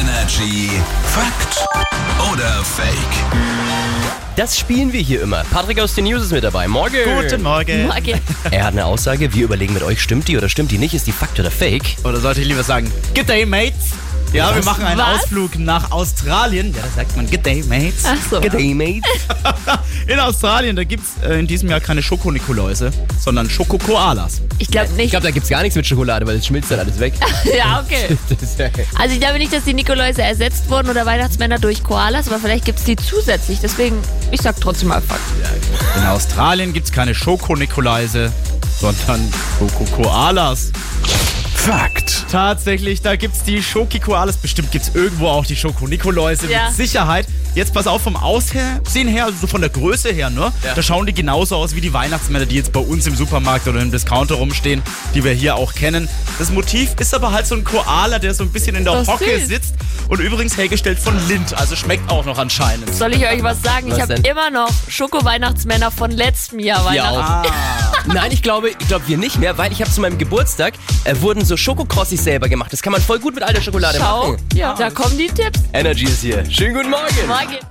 Energy Fakt oder Fake? Das spielen wir hier immer. Patrick aus den News ist mit dabei. Morgen. Guten Morgen. Okay. Er hat eine Aussage. Wir überlegen mit euch, stimmt die oder stimmt die nicht? Ist die Fakt oder Fake? Oder sollte ich lieber sagen, Good day, Mates. Ja, wir machen einen Was? Ausflug nach Australien. Ja, da sagt man Good day, Mates. Ach so. G'day, mate. In Australien, da gibt's äh, in diesem Jahr keine Schokonikoläuse, sondern Schokokoalas. Ich glaube Ich nicht. glaube, da gibt es gar nichts mit Schokolade, weil es schmilzt dann alles weg. ja, okay. Das ist ja- Also ich glaube nicht, dass die Nikoläuse ersetzt wurden oder Weihnachtsmänner durch Koalas, aber vielleicht gibt es die zusätzlich. Deswegen, ich sag trotzdem mal Fakt. In Australien gibt's keine Schokonikoläuse, sondern Schokokoalas. Fakt. Tatsächlich, da gibt's die Schokikoalas. Bestimmt gibt's irgendwo auch die Schokonikoläuse Ja. mit Sicherheit. Jetzt pass auf, vom Aussehen her, also so von der Größe her, ne? Ja. Da schauen die genauso aus wie die Weihnachtsmänner, die jetzt bei uns im Supermarkt oder im Discounter rumstehen, die wir hier auch kennen. Das Motiv ist aber halt so ein Koala, der so ein bisschen in der Doch Hocke süß. sitzt und übrigens hergestellt von Lind, also schmeckt auch noch anscheinend. Soll ich euch was sagen? Was ich habe denn? immer noch Schoko-Weihnachtsmänner von letztem Jahr Ja, Weihnachten. auch. Nein, ich glaube, ich glaube wir nicht mehr, weil ich habe zu meinem Geburtstag äh, wurden so Schokokrossis selber gemacht. Das kann man voll gut mit alter Schokolade Schau, machen. ja, da kommen die Tipps. Energy ist hier. Schönen guten Morgen. Morgen.